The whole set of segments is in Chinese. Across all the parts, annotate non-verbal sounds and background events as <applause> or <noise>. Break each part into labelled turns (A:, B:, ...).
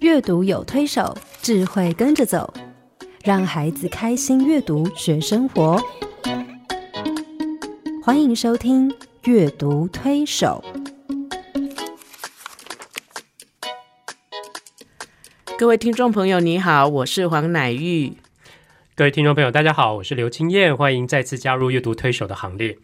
A: 阅读有推手，智慧跟着走，让孩子开心阅读学生活。欢迎收听《阅读推手》。
B: 各位听众朋友，你好，我是黄乃玉。
C: 各位听众朋友，大家好，我是刘清燕，欢迎再次加入阅读推手的行列。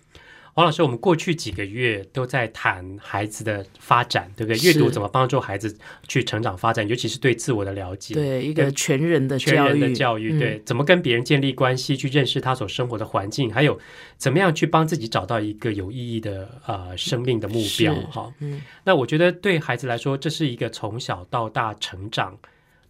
C: 黄老师，我们过去几个月都在谈孩子的发展，对不对？
B: 是
C: 阅读怎么帮助孩子去成长发展，尤其是对自我的了解，
B: 对，一个全人的
C: 全
B: 教育，
C: 人
B: 嗯
C: 的教育，对，怎么跟别人建立关系，去认识他所生活的环境，还有怎么样去帮自己找到一个有意义的呃生命的目标
B: 是，
C: 哈。
B: 嗯，
C: 那我觉得对孩子来说，这是一个从小到大成长，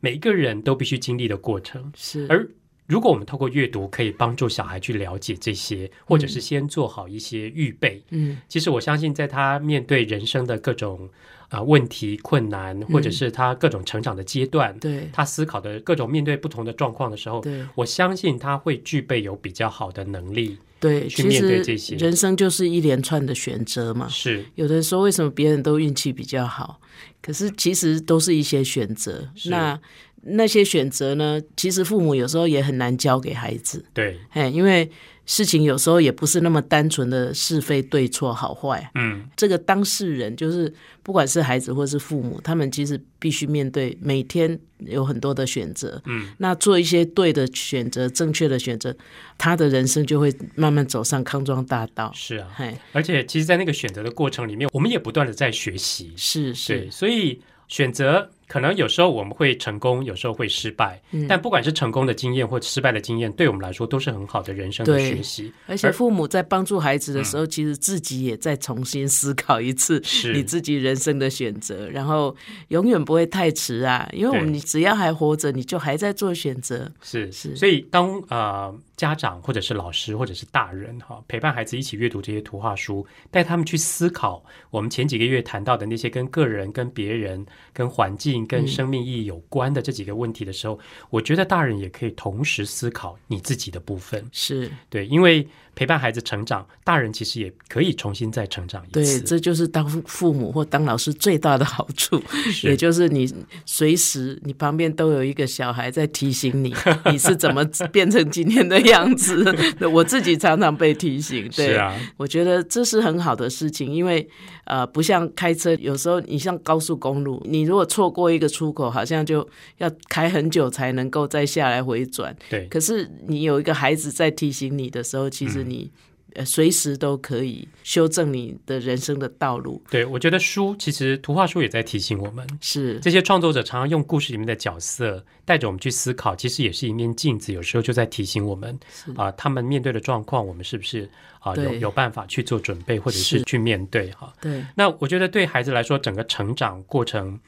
C: 每一个人都必须经历的过程。
B: 是，
C: 而如果我们透过阅读可以帮助小孩去了解这些，或者是先做好一些预备，
B: 嗯，
C: 其实我相信，在他面对人生的各种啊、呃问题、困难，或者是他各种成长的阶段，
B: 对，
C: 他思考的各种面对不同的状况的时候，
B: 对，
C: 我相信他会具备有比较好的能力。
B: 对，
C: 去
B: 其
C: 面对
B: 实
C: 这些
B: 人生就是一连串的选择嘛。
C: 是
B: 有的人说，为什么别人都运气比较好？可是其实都是一些选择。
C: 是
B: 那那些选择呢？其实父母有时候也很难教给孩子。
C: 对，
B: 哎，因为事情有时候也不是那么单纯的是非对错好坏，啊
C: 嗯，
B: 这个当事人就是不管是孩子或是父母，他们其实必须面对每天有很多的选择，嗯，那做一些对的选择、正确的选择，他的人生就会慢慢走上康庄大道。
C: 是啊。
B: 哎，
C: 而且，其实，在那个选择的过程里面，我们也不断的在学习。
B: 是
C: 对，
B: 是，
C: 所以选择可能有时候我们会成功，有时候会失败，但不管是成功的经验或失败的经验，对我们来说都是很好的人生的
B: 对
C: 学习。
B: 而且父母在帮助孩子的时候，其实自己也在重新思考一次
C: 嗯是
B: 你自己人生的选择，然后永远不会太迟啊，因为我们
C: 对
B: 你只要还活着，你就还在做选择。
C: 是
B: 是
C: 所以当呃家长或者是老师或者是大人哈、陪伴孩子一起阅读这些图画书，带他们去思考我们前几个月谈到的那些跟个人、跟别人、跟环境、跟生命意义有关的这几个问题的时候，我觉得大人也可以同时思考你自己的部分。
B: 是
C: 对，因为陪伴孩子成长，大人其实也可以重新再成长一
B: 对，
C: 次。
B: 这就是当父母或当老师最大的好处，
C: 是
B: 也就是你随时你旁边都有一个小孩在提醒你， <laughs> 你是怎么变成今天的样子。 <laughs> 我自己常常被提醒，对，
C: 是啊，
B: 我觉得这是很好的事情，因为呃，不像开车，有时候你像高速公路，你如果错过一个出口，好像就要开很久才能够再下来回转。
C: 对，
B: 可是你有一个孩子在提醒你的时候，其实你、呃随时都可以修正你的人生的道路。
C: 对，我觉得书其实图画书也在提醒我们，
B: 是
C: 这些创作者常常用故事里面的角色带着我们去思考，其实也是一面镜子，有时候就在提醒我们啊、他们面对的状况，我们是不是啊、有
B: 对
C: 有办法去做准备，或者是
B: 是
C: 去面对哈、
B: 对，
C: 那我觉得对孩子来说，整个成长过程，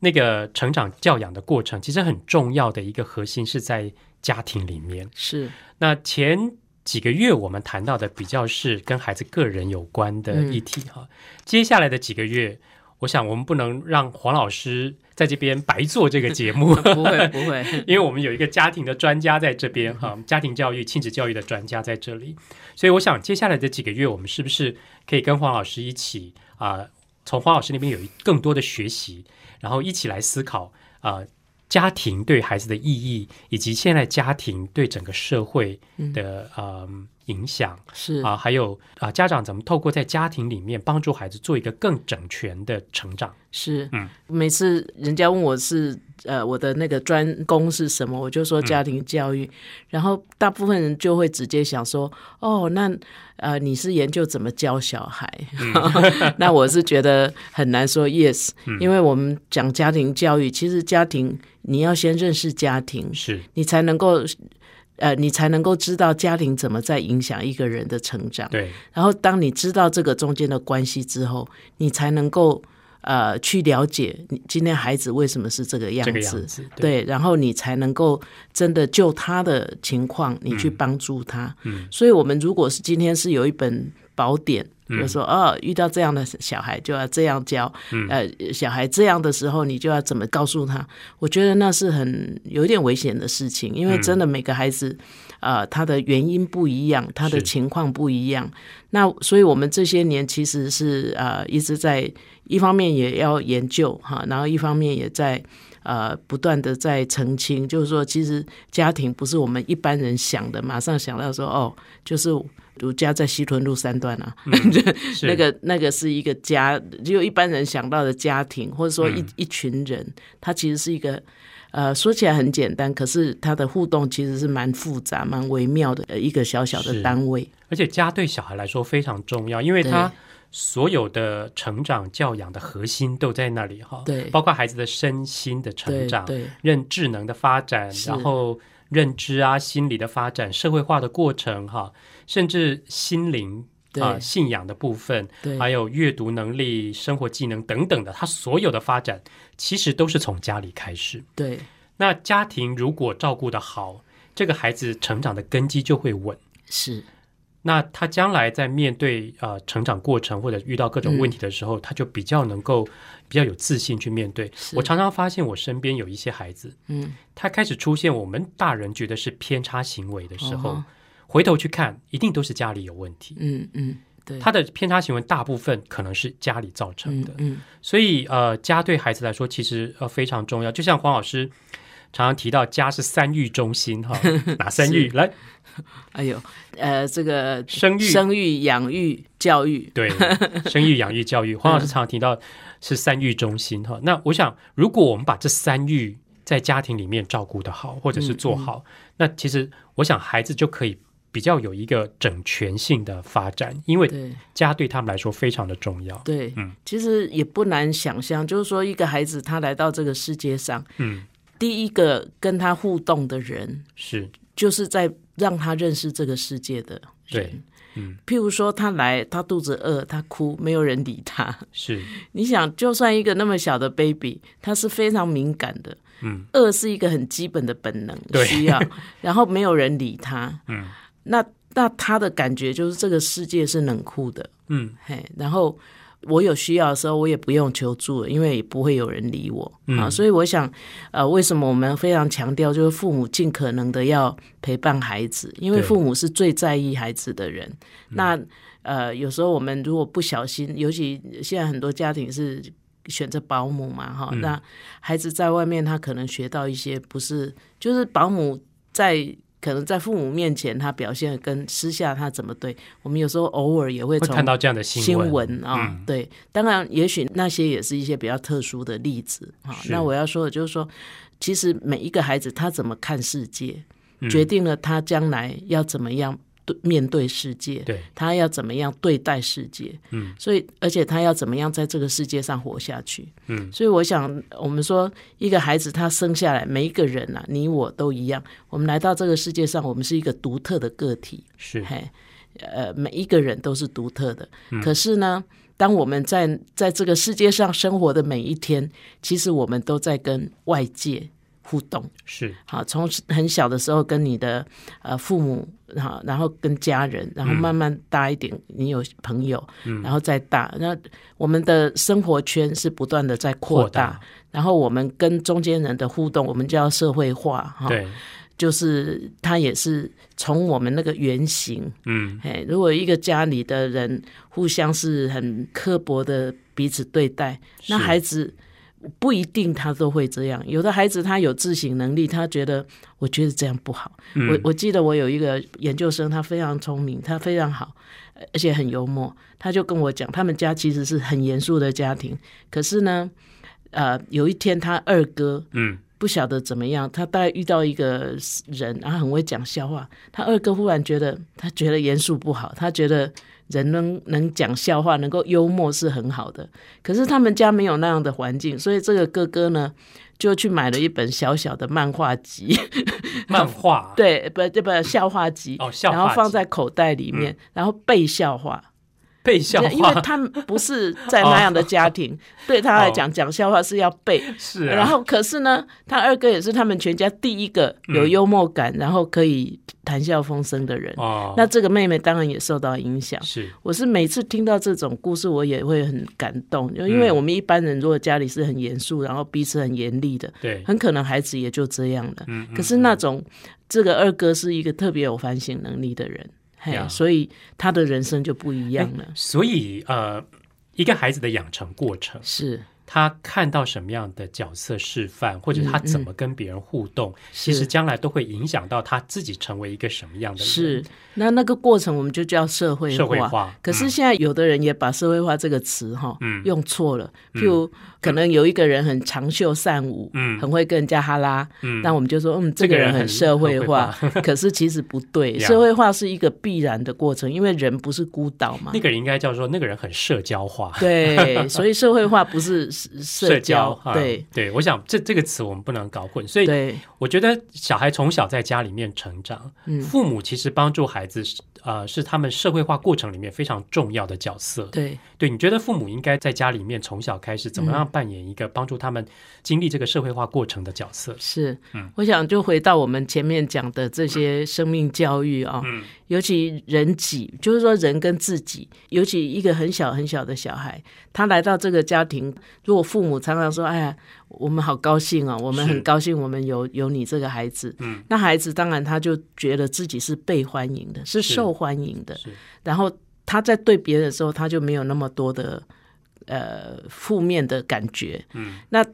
C: 那个成长教养的过程，其实很重要的一个核心是在家庭里面。
B: 是，
C: 那前几个月我们谈到的比较是跟孩子个人有关的议题哈、接下来的几个月，我想我们不能让黄老师在这边白做这个节目
B: 不会不会，
C: 因为我们有一个家庭的专家在这边哈、
B: 嗯
C: 家庭教育、亲子教育的专家在这里，所以我想接下来的几个月，我们是不是可以跟黄老师一起啊、从黄老师那边有一更多的学习，然后一起来思考啊、家庭对孩子的意义，以及现在家庭对整个社会的呃影响
B: 嗯是
C: 啊、还有啊、家长怎么透过在家庭里面帮助孩子做一个更整全的成长。
B: 是，
C: 嗯
B: 每次人家问我是呃我的那个专攻是什么，我就说家庭教育，然后大部分人就会直接想说，哦，那呃你是研究怎么教小孩， <laughs> 那我是觉得很难说 yes，、因为我们讲家庭教育，其实家庭你要先认识家庭，
C: 是
B: 你才能够。呃，你才能够知道家庭怎么在影响一个人的成长。
C: 对，
B: 然后当你知道这个中间的关系之后，你才能够呃去了解你今天孩子为什么是这个样子，
C: 这个样子。
B: 对然后你才能够真的嗯就他的情况，你去帮助他。嗯，所以我们如果是今天是有一本。宝典，就说哦，遇到这样的小孩就要这样教，呃，小孩这样的时候你就要怎么告诉他？我觉得那是很有一点危险的事情，因为真的每个孩子，呃，他的原因不一样，他的
C: 是
B: 情况不一样。那所以我们这些年其实是呃一直在一方面也要研究哈，然后一方面也在。呃，不断的在澄清，就是说，其实家庭不是我们一般人想的，马上想到说，哦，就是儒家在西屯路三段啊，
C: 嗯是
B: <laughs> 那个那个是一个家，只有一般人想到的家庭，或者说
C: 嗯
B: 一、一群人，它其实是一个。呃，说起来很简单，可是它的互动其实是蛮复杂、蛮微妙的呃一个小小
C: 是
B: 的单位。
C: 而且家对小孩来说非常重要，因为他所有的成长教养的核心都在那里哈，
B: 对
C: 包括孩子的身心的成
B: 对
C: 长、
B: 对
C: 认智能的发展，
B: 是
C: 然后认知啊、心理的发展、社会化的过程哈，甚至心灵
B: 对
C: 啊、信仰的部分，
B: 对，
C: 还有阅读能力、生活技能等等的，他所有的发展其实都是从家里开始。
B: 对
C: 那家庭如果照顾得好，这个孩子成长的根基就会稳。
B: 是
C: 那他将来在面对呃成长过程或者遇到各种问题的时候，他就比较能够比较有自信去面对。
B: 是
C: 我常常发现我身边有一些孩子，
B: 嗯，
C: 他开始出现我们大人觉得是偏差行为的时候，
B: 哦
C: 回头去看，一定都是家里有问题。
B: 嗯嗯，对，
C: 他的偏差行为大部分可能是家里造成
B: 嗯
C: 的，
B: 嗯
C: 所以呃，家对孩子来说其实呃非常重要。就像黄老师常常提到，家是三育中
B: <laughs>
C: 心哈，哪三育？来，
B: 哎呦，呃，这个
C: 生育、
B: 生育、养育、教育，
C: 对，生育、养育、教育，黄老师常常提到是三育中心哈。那我想，如果我们把这三育在家庭里面照顾的好，或者是
B: 嗯
C: 做好，那其实我想孩子就可以比较有一个整全性的发展，因为
B: 对。
C: 家对嗯他们来说非常的重要。
B: 对，其实也不难想象，就是说一个孩子他来到这个世界上，
C: 嗯，
B: 第一个跟他互动的人，
C: 是，
B: 就是在让他认识这个世界的人。
C: 对，嗯，
B: 譬如说他来，他肚子饿，他哭，没有人理他。
C: 是，
B: 你想，就算一个那么小的 baby，他是非常敏感的。
C: 嗯，
B: 饿是一个很基本的本
C: 对
B: 能需
C: <laughs>
B: 要，然后没有人理他。
C: 嗯，
B: 那那他的感觉就是这个世界是冷酷的。
C: 嗯
B: 嘿，然后我有需要的时候，我也不用求助了，因为也不会有人理我、
C: 嗯
B: 啊。所以我想，呃，为什么我们非常强调就是父母尽可能的要陪伴孩子，因为
C: 对嗯
B: 父母是最在意孩子的人。那呃，有时候我们如果不小心，尤其现在很多家庭是。选择保姆嘛，哈、
C: 嗯
B: 那孩子在外面，他可能学到一些不是，就是保姆在可能在父母面前，他表现得跟私下他怎么对，我们有时候偶尔也会
C: 会
B: 从
C: 看到这样的
B: 新
C: 闻，
B: 闻啊、对，当然也许那些也是一些比较特殊的例子啊。
C: 是
B: 那我要说的就是说，其实每一个孩子他怎么看世界，决定了他将来要怎么样对面对世界，
C: 对，
B: 他要怎么样对待世界，
C: 嗯，
B: 所以而且他要怎么样在这个世界上活下去，
C: 嗯，
B: 所以我想，我们说一个孩子他生下来，每一个人啊，你我都一样，我们来到这个世界上，我们是一个独特的个体，
C: 是，
B: 嘿，呃，每一个人都是独特的。
C: 嗯
B: 可是呢，当我们在在这个世界上生活的每一天，其实我们都在跟外界互动。
C: 是，
B: 好，从很小的时候跟你的呃父母，好，然后跟家人，然后
C: 嗯
B: 慢慢大一点，你有朋友，然后再大，那我们的生活圈是不断的在扩
C: 扩大
B: 然后我们跟中间人的互动，我们叫社会化哈，
C: 对，
B: 就是它也是从我们那个原型
C: 嗯，
B: 哎，如果一个家里的人互相是很刻薄的彼此对待，那
C: 是
B: 孩子不一定他都会这样。有的孩子他有自省能力，他觉得我觉得这样不好。
C: 嗯
B: 我我记得我有一个研究生，他非常聪明，他非常好，呃而且很幽默。他就跟我讲，他们家其实是很严肃的家庭，可是呢，呃，有一天他二哥
C: 嗯，
B: 不晓得怎么样，他大概遇到一个人，然后很会讲笑话。他二哥忽然觉得，他觉得严肃不好，他觉得人能能讲笑话，能够幽默是很好的。可是他们家没有那样的环境，所以这个哥哥呢，就去买了一本小小的漫画集，
C: 漫画，
B: 对，不，这不笑话集，
C: 哦笑话
B: 然后放
C: 集
B: 在口袋里面，然后背笑话。
C: 被笑
B: 因为
C: 话
B: 他们不是在那样的家庭，对他来讲讲笑话是要背。
C: 是、啊，
B: 然后可是呢，他二哥也是他们全家第一个有幽默感，然后可以谈笑风生的人。
C: 嗯哦，
B: 那这个妹妹当然也受到影响。
C: 是
B: 我是每次听到这种故事，我也会很感动，就因为
C: 嗯
B: 我们一般人如果家里是很严肃，然后彼此很严厉的，
C: 对，
B: 很可能孩子也就这样了。
C: 嗯，嗯
B: 可是那种这个二哥是一个特别有反省能力的人，嘿
C: 呀，哎
B: 所以他的人生就不一样了。
C: 所以呃，一个孩子的养成过程，
B: 是，
C: 他看到什么样的角色示范，或者他怎么跟别人互动，其
B: 嗯
C: 实
B: 是
C: 将来都会影响到他自己成为一个什么样的人。
B: 是，那那个过程我们就叫社会化。
C: 社会化，
B: 可是现在有的人也把“社会化”这个词哈、
C: 嗯
B: 用错了，譬如可能有一个人很长袖善舞，
C: 嗯
B: 很会跟人家哈拉，
C: 嗯
B: 那我们就说嗯，这
C: 这个
B: 个
C: 人
B: 人
C: 很
B: 很社会化。 <laughs> 可是其实不对，社会化是一个必然的过程，因为人不是孤岛嘛
C: 那。个人应该叫做那个人很社交化。
B: 对，所以社会化不是社社交，
C: 啊
B: 对
C: 对，我想这这个词我们不能搞混，所以
B: 对，
C: 我觉得小孩从小在家里面成长，
B: 嗯
C: 父母其实帮助孩子是呃是他们社会化过程里面非常重要的角色。
B: 对，嗯
C: 对，你觉得父母应该在家里面从小开始怎么样扮演一个帮助他们经历这个社会化过程的角色？
B: 是
C: 嗯，
B: 我想就回到我们前面讲的这些生命教育啊、
C: 嗯
B: 尤其人己，就是说人跟自己，尤其一个很小很小的小孩，他来到这个家庭，如果父母常常说：“哎呀，我们好高兴哦，我们
C: 是
B: 很高兴，我们有有你这个孩子。”
C: 嗯，
B: 那孩子当然他就觉得自己是被欢迎的，是
C: 是
B: 受欢迎的，
C: 是
B: 然后他在对别人的时候，他就没有那么多的呃负面的感觉。
C: 嗯，
B: 那呃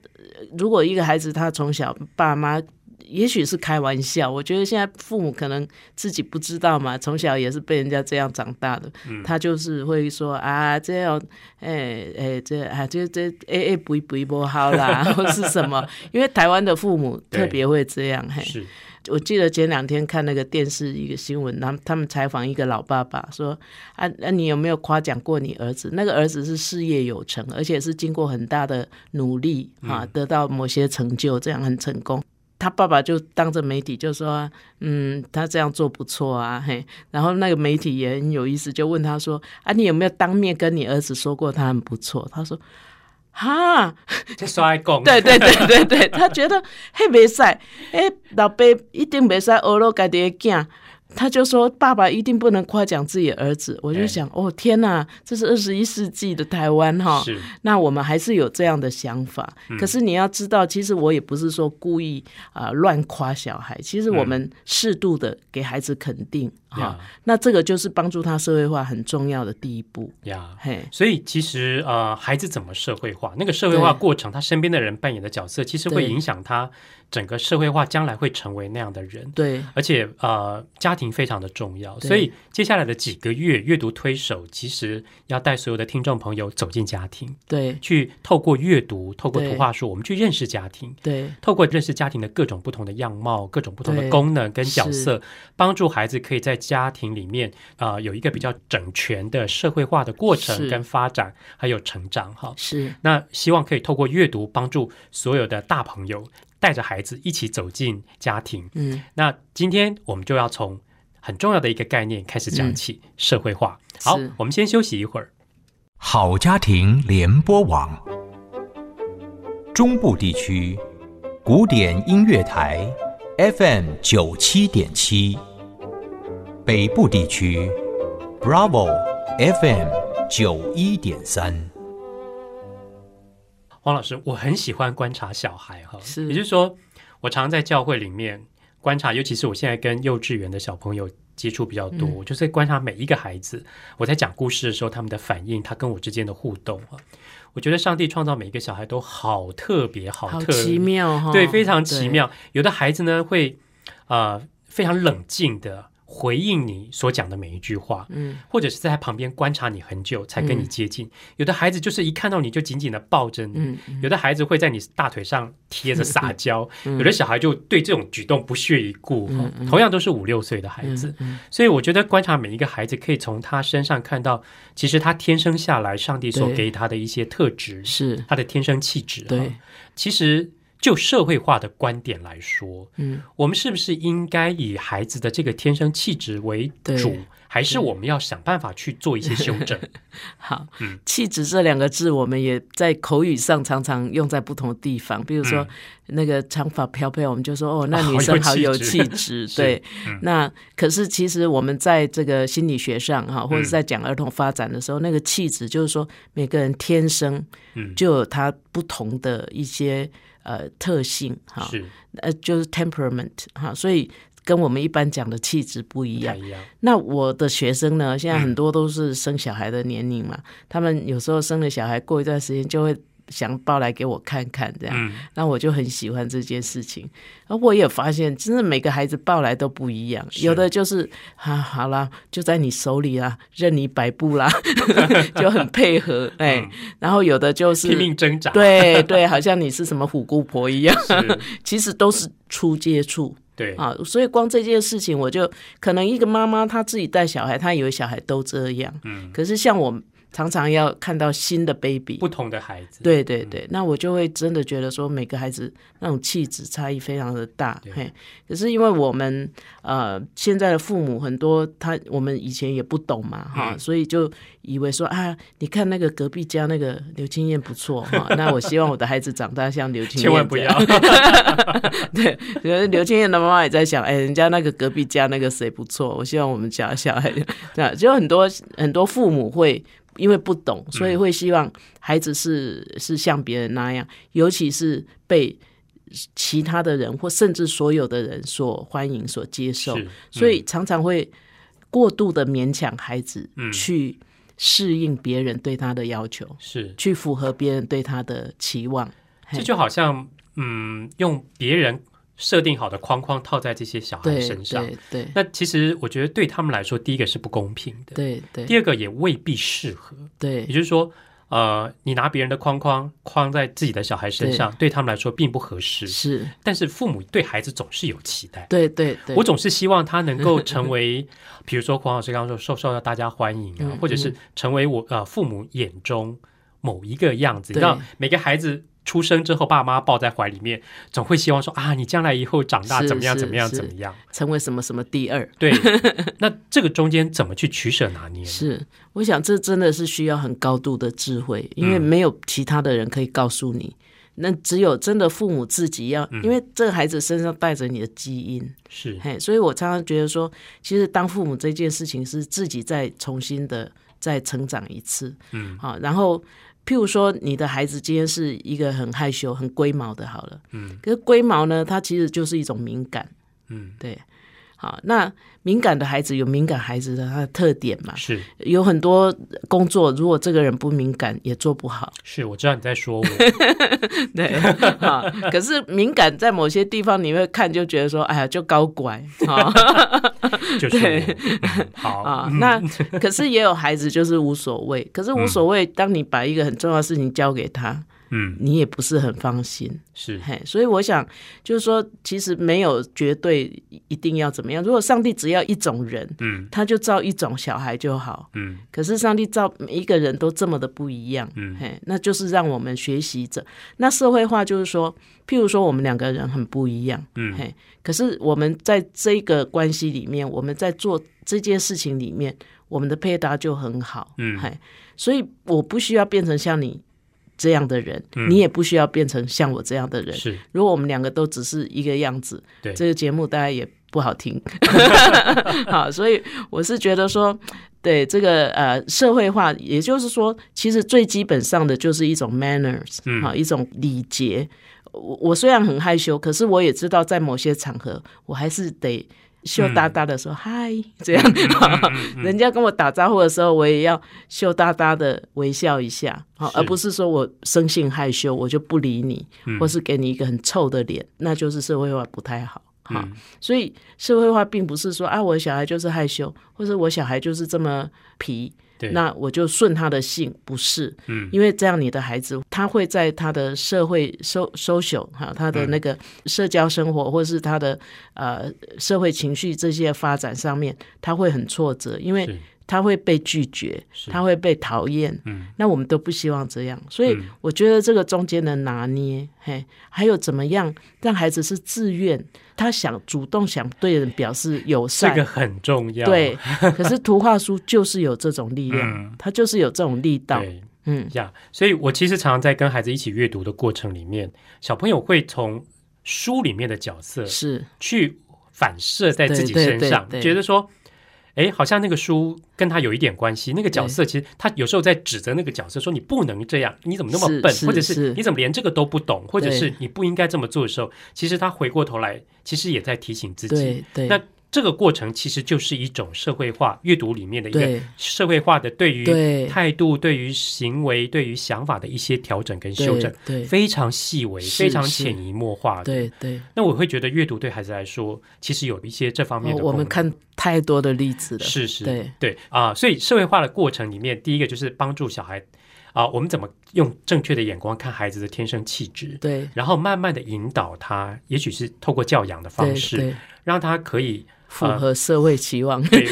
B: 如果一个孩子他从小爸妈。也许是开玩笑，我觉得现在父母可能自己不知道嘛，从小也是被人家这样长大的，
C: 嗯
B: 他就是会说啊，这样，哎、哎、这啊这这哎哎不不不好啦， <laughs> 或是什么？因为台湾的父母
C: 对
B: 特别会这样，嘿，
C: 是，
B: 我记得前两天看那个电视一个新闻，他们他们采访一个老爸爸说：“啊，那、你有没有夸奖过你儿子？那个儿子是事业有成，而且是经过很大的努力啊，得到某些成就，这样很成功。”他爸爸就当着媒体就说：“嗯，他这样做不错啊，嘿。”然后那个媒体也很有意思，就问他说：“啊，你有没有当面跟你儿子说过他很不错？”他说：“哈，
C: 这刷拱，
B: 对对对对对，他觉得嘿没赛，哎，老爸一定没赛俄罗家己的囝，他就说爸爸一定不能夸奖自己的儿子。我就想，哦天哪，这是二十一世纪的台湾哈、
C: 是
B: 那我们还是有这样的想法。可是你要知道，其实我也不是说故意啊、呃乱夸小孩，其实我们适度的给孩子肯定哈、
C: 呀
B: 那这个就是帮助他社会化很重要的第一步。
C: 呀。
B: 嘿，
C: 所以其实呃，孩子怎么社会化，那个社会化
B: 对
C: 过程，他身边的人扮演的角色，其实会
B: 对
C: 影响他整个社会化将来会成为那样的人。
B: 对，
C: 而且呃，家庭非常的重要，
B: 对
C: 所以接下来的几个月，阅读推手其实要带所有的听众朋友走进家庭，
B: 对，
C: 去透过阅读，透过
B: 对
C: 图画书，我们去认识家庭。
B: 对，
C: 透过认识家庭的各种不同的样貌、各种不同的
B: 对
C: 功能跟角色，帮助孩子可以在家庭里面啊、呃有一个比较整全的社会化的过程
B: 是
C: 跟发展，还有成长哈。
B: 是。
C: 那希望可以透过阅读帮助所有的大朋友带着孩子一起走进家庭。
B: 嗯，
C: 那今天我们就要从很重要的一个概念开始讲起，社会化。
B: 嗯是
C: 好，我们先休息一会儿。
D: 好家庭联播网，中部地区古典音乐台 FM 九七点七，北部地区 Bravo FM 九一点三。
C: 黄老师，我很喜欢观察小孩哈，
B: 是
C: 也就是说，我常在教会里面观察，尤其是我现在跟幼稚园的小朋友接触比较多，
B: 嗯
C: 我就是在观察每一个孩子。我在讲故事的时候，他们的反应，他跟我之间的互动啊，我觉得上帝创造每一个小孩都好特别，好
B: 好
C: 特
B: 奇妙哈、
C: 对，非常奇
B: 对
C: 妙。有的孩子呢会呃非常冷静的回应你所讲的每一句话，
B: 嗯，
C: 或者是在旁边观察你很久才跟你接近。有的孩子就是一看到你就紧紧的抱着你。
B: 嗯，
C: 有的孩子会在你大腿上贴着撒娇，
B: 嗯
C: 有的小孩就对这种举动不屑一顾。哈同样都是五六岁的孩
B: 嗯
C: 子，所以我觉得观察每一个孩子，可以从他身上看到，其实他天生下来上帝所
B: 对
C: 给他的一些特质，
B: 是，
C: 他的天生气质。哈
B: 对，
C: 其实就社会化的观点来说，
B: 嗯，
C: 我们是不是应该以孩子的这个天生气质为
B: 对
C: 主，还是我们要想办法去做一些修
B: <laughs>
C: 正？
B: 好
C: 嗯，
B: 气质这两个字，我们也在口语上常常用在不同的地方。比如说
C: 嗯，
B: 那个长发飘飘，我们就说哦，那
C: 好
B: 女生
C: 有
B: 好
C: 气
B: 有
C: 质
B: 气质。
C: 是
B: 对
C: 嗯，
B: 那可是其实我们在这个心理学上哈，或者
C: 嗯
B: 是在讲儿童发展的时候，那个气质就是说每个人天生
C: 嗯，
B: 就有他不同的一些呃特性哈，
C: 是
B: 呃就是 temperament 哈，所以跟我们一般讲的气质不一
C: 不
B: 样
C: 太。一样。
B: 那我的学生呢，现在
C: 嗯
B: 很多都是生小孩的年龄嘛，他们有时候生了小孩，过一段时间就会想抱来给我看看，这样，
C: 嗯
B: 那我就很喜欢这件事情。而我也发现，真的每个孩子抱来都不一样，
C: 是
B: 有的就是啊，好啦，就在你手里啦，任你摆布
C: <laughs>
B: 啦，就很配合，哎、然后有的就是
C: 嗯拼命挣扎，，
B: 对对，好像你是什么虎姑婆一样，其实都是初接触，
C: 对，
B: 啊，所以光这件事情，我就可能一个妈妈她自己带小孩，她以为小孩都这样，
C: 嗯，
B: 可是像我常常要看到新的 baby，
C: 不嗯同的孩子，
B: 对对对，那我就会真的觉得说每个孩子那种气质差异非常的大，嘿，可是因为我们呃现在的父母很多他我们以前也不懂嘛哈，
C: 嗯
B: 所以就以为说啊，你看那个隔壁家那个刘青燕不错哈，那我希望我的孩子长大像刘青燕，
C: <laughs> 千万不要。 <laughs>
B: <laughs> 对，可是刘青燕的妈妈也在想，哎，人家那个隔壁家那个谁不错，我希望我们家小孩， <laughs> 那就很多很多父母会因为不懂，所
C: 嗯
B: 以会希望孩子是是像别人那样，尤其是被其他的人或甚至所有的人所欢迎、所接受，
C: 是
B: 所以常常会过度的勉强孩子
C: 嗯
B: 去适应别人对他的要求，
C: 是，
B: 去符合别人对他的期望。嘿
C: 这就好像嗯，用别人设定好的框框套在这些小孩
B: 对
C: 身上。
B: 对对
C: 那其实我觉得对他们来说，第一个是不公平的，
B: 对对
C: 第二个也未必适合。
B: 对
C: 也，就是说，呃，你拿别人的框框框在自己的小孩身上，对他们来说并不合适。
B: 是，
C: 但是父母对孩子总是有期待。
B: 对对对，
C: 我总是希望他能够成
B: <laughs>
C: 为，比如说黄老师刚刚说受受到大家欢迎啊，
B: 嗯
C: 或者是成为我呃父母眼中某一个样子。你知道
B: 对
C: 每个孩子出生之后，爸妈抱在怀里面，总会希望说啊，你将来以后长大
B: 是
C: 怎么样
B: 是
C: 怎么样
B: 是
C: 怎么样。
B: 成为什么什么第二。 <laughs>
C: 对，那这个中间怎么去取舍拿捏呢？
B: 是，我想这真的是需要很高度的智慧，因为
C: 嗯
B: 没有其他的人可以告诉你，那只有真的父母自己要，
C: 嗯
B: 因为这个孩子身上带着你的基因，
C: 是
B: 嘿，所以我常常觉得说，其实当父母这件事情是自己再重新的再成长一次，
C: 嗯，
B: 好，然后。譬如说，你的孩子今天是一个很害羞、很龟毛的，好了，
C: 嗯，
B: 可是龟毛呢，它其实就是一种敏感，
C: 嗯
B: 对，好，那敏感的孩子有敏感孩子的他的特点嘛，
C: 是
B: 有很多工作，如果这个人不敏感也做不好，
C: 是，我知道你在说我，
B: 对，哈。可是敏感在某些地方你会看就觉得说，哎呀，就高拐啊 <laughs>
C: 就是
B: 对
C: 我。嗯好，
B: 啊，那可是也有孩子就是无所谓，可是无所谓，当你把一个很重要的事情交给他，
C: 嗯，
B: 你也不是很放心，
C: 是
B: 嘿，所以我想就是说，其实没有绝对一定要怎么样，如果上帝只要一种人，
C: 嗯
B: 他就造一种小孩就好，
C: 嗯
B: 可是上帝造每一个人都这么的不一样，
C: 嗯
B: 嘿，那就是让我们学习着。那社会化就是说，譬如说我们两个人很不一样，
C: 嗯，
B: 嘿，可是我们在这个关系里面，我们在做这件事情里面，我们的配搭就很好，
C: 嗯
B: 嘿，所以我不需要变成像你这样的人，
C: 嗯
B: 你也不需要变成像我这样的人。
C: 是
B: 如果我们两个都只是一个样子，
C: 对
B: 这个节目大家也不好听。
C: <laughs>
B: <laughs> 好，所以我是觉得说，对这个呃社会化，也就是说，其实最基本上的就是一种 manners，
C: 嗯
B: 好、一种礼节。我我虽然很害羞，可是我也知道在某些场合，我还是
C: 嗯
B: 得。羞答答的说嗨，这样， <laughs>
C: 嗯
B: 人家跟我打招呼的时候，我也要羞答答的微笑一下，好，
C: 是
B: 而不是说我生性害羞，我就不理你。
C: 嗯
B: 或是给你一个很臭的脸，那就是社会化不太好哈。
C: 嗯
B: 所以社会化并不是说啊，我小孩就是害羞，或者我小孩就是这么皮，
C: 对，
B: 那我就顺他的性，不是，
C: 嗯
B: 因为这样你的孩子他会在他的社会 so social 哈，他
C: 嗯
B: 的那个社交生活或是他的呃社会情绪这些发展上面，他会很挫折，因为
C: 是
B: 他会被拒绝，
C: 是
B: 他会被讨厌。
C: 嗯，
B: 那我们都不希望这样，所以
C: 嗯
B: 我觉得这个中间的拿捏，嘿，还有怎么样让孩子是自愿，他想主动想对人表示友
C: 这
B: 善，
C: 个很重要。
B: 对。可是图画书就是有这种力量
C: 嗯，
B: 它就是有这种力道，
C: 对
B: 嗯，
C: 呀所以我其实常常在跟孩子一起阅读的过程里面，小朋友会从书里面的角色
B: 是
C: 去反射在自己
B: 对对
C: 身上，
B: 对对
C: 觉得说，哎，好像那个书跟他有一点关系。那个角色其实他有时候在指责那个角色说：“你不能这样，你怎么那么
B: 是
C: 笨？
B: 是
C: 或者
B: 是
C: 是你怎么连这个都不懂？或者
B: 对
C: 是你不应该这么做的时候，其实他回过头来，其实也在提醒自己。
B: 对对
C: 那这个过程其实就是一种社会化阅读里面的一个
B: 对
C: 社会化的对于
B: 对
C: 态度、对于行为、对于想法的一些调整跟修正
B: 对，对
C: 非常细微、
B: 是
C: 非常
B: 是
C: 潜移默化的。
B: 对对，
C: 那我会觉得阅读对孩子来说，其实有一些这方面
B: 哦
C: 的、
B: 我们。看太多的例子了，
C: 是是，
B: 对
C: 对啊、所以社会化的过程里面，第一个就是帮助小孩啊、我们怎么用正确的眼光看孩子的天生气质，
B: 对
C: 然后慢慢的引导他，也许是透过教养的
B: 对
C: 方式，
B: 对，
C: 让他可以
B: 符合社会期望， <laughs>
C: 对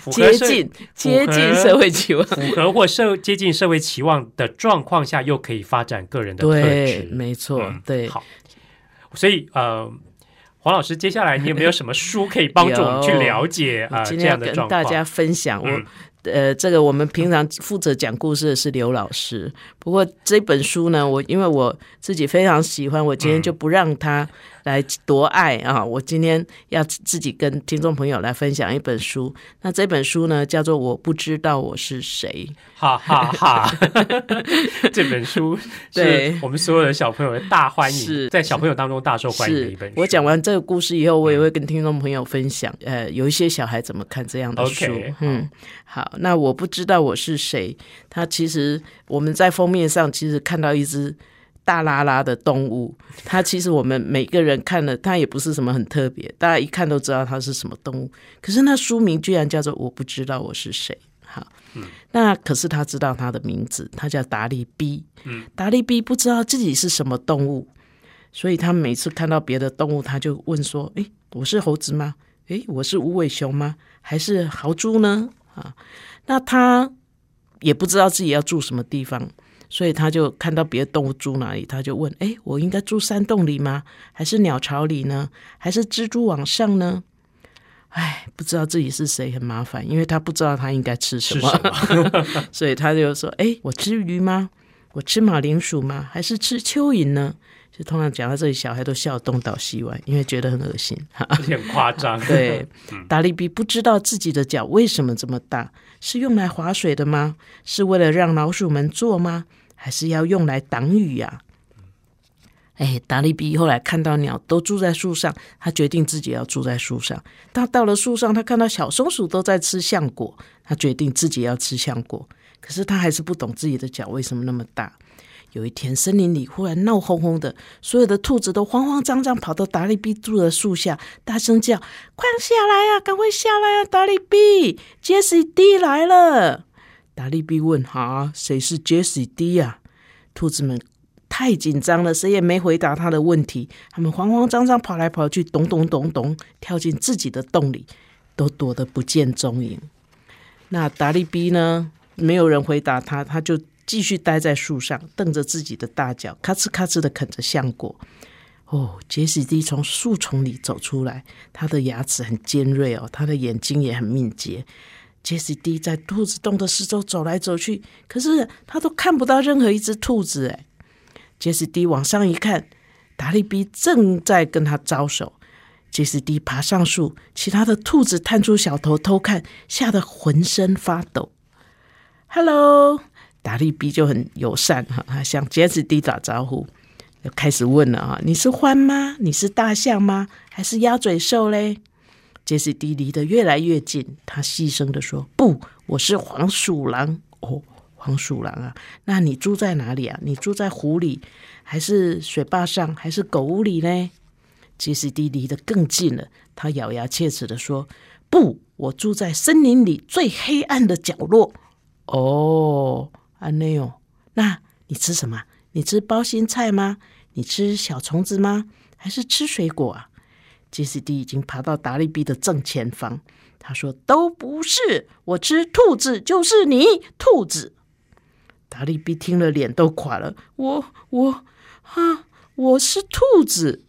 C: 符
B: 接
C: 合社
B: 近接近社会期望，
C: 符合或社接近社会期望的状况下，又可以发展个人的特
B: 对，
C: 质。嗯
B: 没错，对。
C: 好，所以呃，黄老师，接下来你有没有什么书可以帮助我们去
B: <laughs> 有
C: 了解
B: 我
C: 啊、呃
B: 今
C: 这
B: 天要
C: 样的
B: 跟
C: 状
B: 大
C: 况？
B: 家分享我、
C: 嗯
B: 呃，这个我们平常负责讲故事的是刘老师，不过这本书呢，我因为我自己非常喜欢，我今
C: 嗯
B: 天就不让他来夺爱啊，我今天要自己跟听众朋友来分享一本书，那这本书呢叫做《我不知道我是谁
C: 哈哈
B: <laughs>
C: 哈！这本书
B: 对
C: 是我们所有的小朋友的大欢
B: 是
C: 迎，在小朋友当中大受》，欢迎的一
B: 是
C: 本书。
B: 我讲完这个故事以后，我也会跟听众朋友分享，呃，有一些小孩怎么看这样的书
C: OK，好
B: 嗯，好，那我不知道我是谁，它其实我们在封面上其实看到一只。大拉拉的动物，
C: <laughs>
B: 它其实我们每个人看了，它也不是什么很特别，大家一看都知道它是什么动物。可是那书名居然叫做《我不知道我是谁》。好，
C: 嗯
B: 那可是他知道他的名字，他叫达利 B。嗯，达利 B 不知道自己是什么动物，所以他每次看到别的动物，他就问说：“诶，我是猴子吗？诶，我是无尾熊吗？还是豪猪呢？”啊，那他也不知道自己要住什么地方，所以他就看到别的动物住哪里，他就问：“诶，我应该住山洞里吗？还是鸟巢里呢？还是蜘蛛网上呢？”哎，不知道自己是谁很麻烦，因为他不知道他应该吃什
C: 是
B: 么，
C: 什么？
B: <laughs> 所以他就说：“诶，我吃鱼吗？我吃马铃薯吗？还是吃蚯蚓呢？”就通常讲到这里，小孩都笑东倒西歪，因为觉得很恶心。哈哈
C: 而且很夸张。
B: 对，达利比不知道自己的脚为什么这么大，是用来划水的吗？是为了让老鼠们坐吗？还是要用来挡雨呀、哎，达利比后来看到鸟都住在树上，他决定自己要住在树上。他到了树上，他看到小松鼠都在吃橡果，他决定自己要吃橡果。可是他还是不懂自己的脚为什么那么大。有一天，森林里忽然闹哄哄的，所有的兔子都慌慌张张跑到达利比住的树下，大声叫：“快下来呀、啊，赶快下来呀、啊，达利比，杰西蒂来了！”达利比问：“啊，谁是杰西蒂呀、兔子们太紧张了，谁也没回答他的问题。他们慌慌张张跑来跑去，咚咚咚咚，跳进自己的洞里，都躲得不见踪影。那达利比呢？没有人回答他，他就继续待在树上，瞪着自己的大脚，咔哧咔哧的啃着橡果。哦，杰西蒂从树丛里走出来，他的牙齿很尖锐哦，他的眼睛也很敏捷。杰西蒂在兔子洞的四周走来走去，可是他都看不到任何一只兔子哎。杰斯蒂往上一看，达利比正在跟他招手。杰斯蒂爬上树，其他的兔子探出小头偷看，吓得浑身发抖。Hello，达利比就很友善哈，他向杰斯蒂打招呼，就开始问了啊：“你是獾吗？你是大象吗？还是鸭嘴兽嘞？”杰斯蒂离得越来越近，他细声的说：“不，我是黄鼠狼。”哦，黄鼠狼啊，那你住在哪里啊？你住在湖里，还是水坝上，还是狗屋里呢？杰西蒂离得更近了，他咬牙切齿的说：“不，我住在森林里最黑暗的角落。”哦，安内哦，那你吃什么？你吃包心菜吗？你吃小虫子吗？还是吃水果啊？ GCD 已经爬到达利 B 的正前方。他说：“都不是，我吃兔子就是你兔子。”达利 B 听了脸都垮了，我我啊，我是兔子。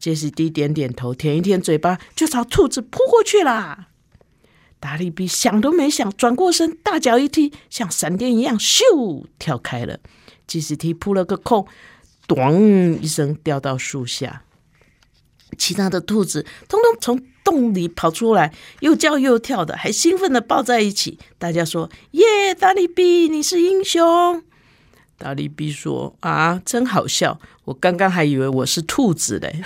B: 杰西 D 点点头，舔一舔嘴巴，就朝兔子扑过去啦。达利 B 想都没想，转过身，大脚一踢，像闪电一样，咻跳开了。杰西 D 扑了个空，咚一声掉到树下。其他的兔子通通从洞里跑出来，又叫又跳的，还兴奋的抱在一起。大家说：“耶，达利 B，你是英雄！”达利 B 说：“啊，真好笑，我刚刚还以为我是兔子嘞。”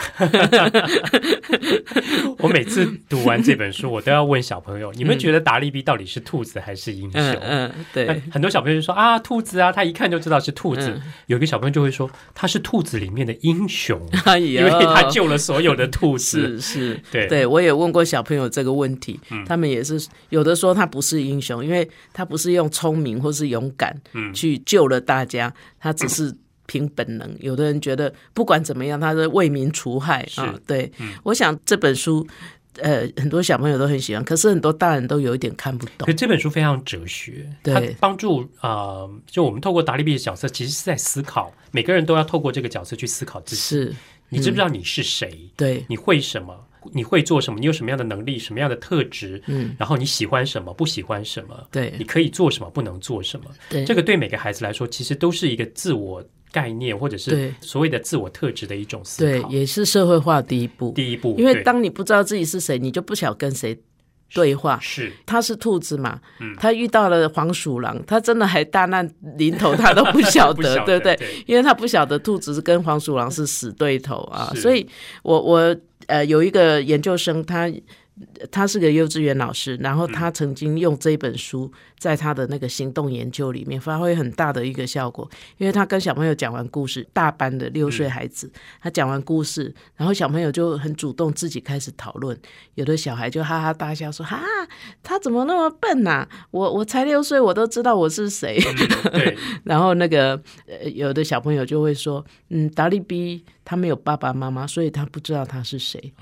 C: 我每次读完这本书，我都要问小朋友：你们觉得达利比到底是兔子还是英雄？
B: 嗯嗯，对，嗯
C: 很多小朋友就说啊，兔子啊，他一看就知道是兔子。有一个小朋友就会说，他是兔子里面的英
B: <laughs>
C: 雄，
B: <laughs> 哎
C: 因
B: 呦
C: 为他救了所有的兔子。
B: 是是，
C: 对嗯
B: 对，我也问过小朋友这个问题，他们也是有的说他不是英雄，因为他不是用聪明或是勇敢
C: 嗯
B: 去救了大家，他只是凭本能。有的人觉得不管怎么样，他是为民除害啊。对，
C: 嗯
B: 我想这本书。呃，很多小朋友都很喜欢，可是很多大人都有一点看不懂
C: 可。这本书非常哲学，
B: 对
C: 它帮助呃，就我们透过达利比的角色，其实是在思考，每个人都要透过这个角色去思考自己。
B: 是，嗯
C: 你知不知道你是谁？
B: 对，
C: 你会什么？你会做什么？你有什么样的能力？什么样的特质？嗯，然后你喜欢什么？不喜欢什么？
B: 对
C: 你可以做什么？不能做什么？
B: 对
C: 这个对每个孩子来说，其实都是一个自我概念，或者是
B: 对
C: 所谓的自我特质的一种思
B: 对，
C: 考。
B: 也是社会化第一步。
C: 第一步，
B: 因为
C: 对
B: 当你不知道自己是谁，你就不想跟谁对话。
C: 是
B: 他是兔子嘛，他遇到了黄鼠狼，他真的还大难临头，他都 <laughs> <laughs> 不晓
C: <laughs> 不
B: 得，
C: 晓得
B: 对不对？
C: 对
B: 因为他不晓得兔子是跟黄鼠狼是死对头啊，
C: 是
B: 所以我我呃有一个研究生，他他是个幼稚园老师，然后他曾经用这本书在他的那个行动研究里面发挥很大的一个效果，因为他跟小朋友讲完故事，大班的六岁孩子，他讲完故事，然后小朋友就很主动自己开始讨论，有的小孩就哈哈大笑说：“哈，他怎么那么笨呐、我我才六岁，我都知道我是谁。<laughs>
C: 嗯对，
B: 然后那个呃，有的小朋友就会说，嗯，达利 B 他没有爸爸妈妈，所以他不知道他是谁。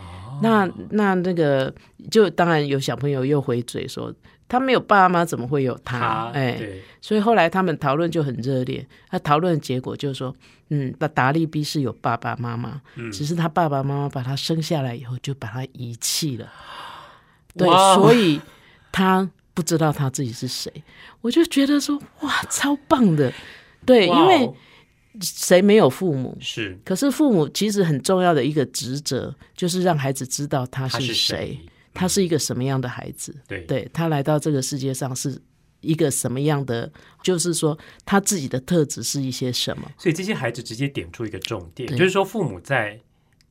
B: 那那那个就当然有小朋友又回嘴说，他没有爸爸妈妈，怎么会有
C: 他
B: 他？哎，
C: 对
B: 所以后来他们讨论就很热烈。他讨论的结果就是说，嗯，达达利 B 是有爸爸妈妈，只是他爸爸妈妈把他生下来以后就把他遗弃了，对
C: 哇，
B: 所以他不知道他自己是谁。我就觉得说，哇，超棒的，对，
C: 哇
B: 因
C: 哦
B: 为谁没有父母？
C: 是
B: 可是父母其实很重要的一个职责，就是让孩子知道他
C: 他
B: 是
C: 是
B: 谁
C: 谁，？
B: 他是一个什么样的孩子。
C: 对
B: 对他来到这个世界上是一个什么样的，就是说他自己的特质是一些什么。
C: 所以这些孩子直接点出一个重点，
B: 对
C: 就是说父母在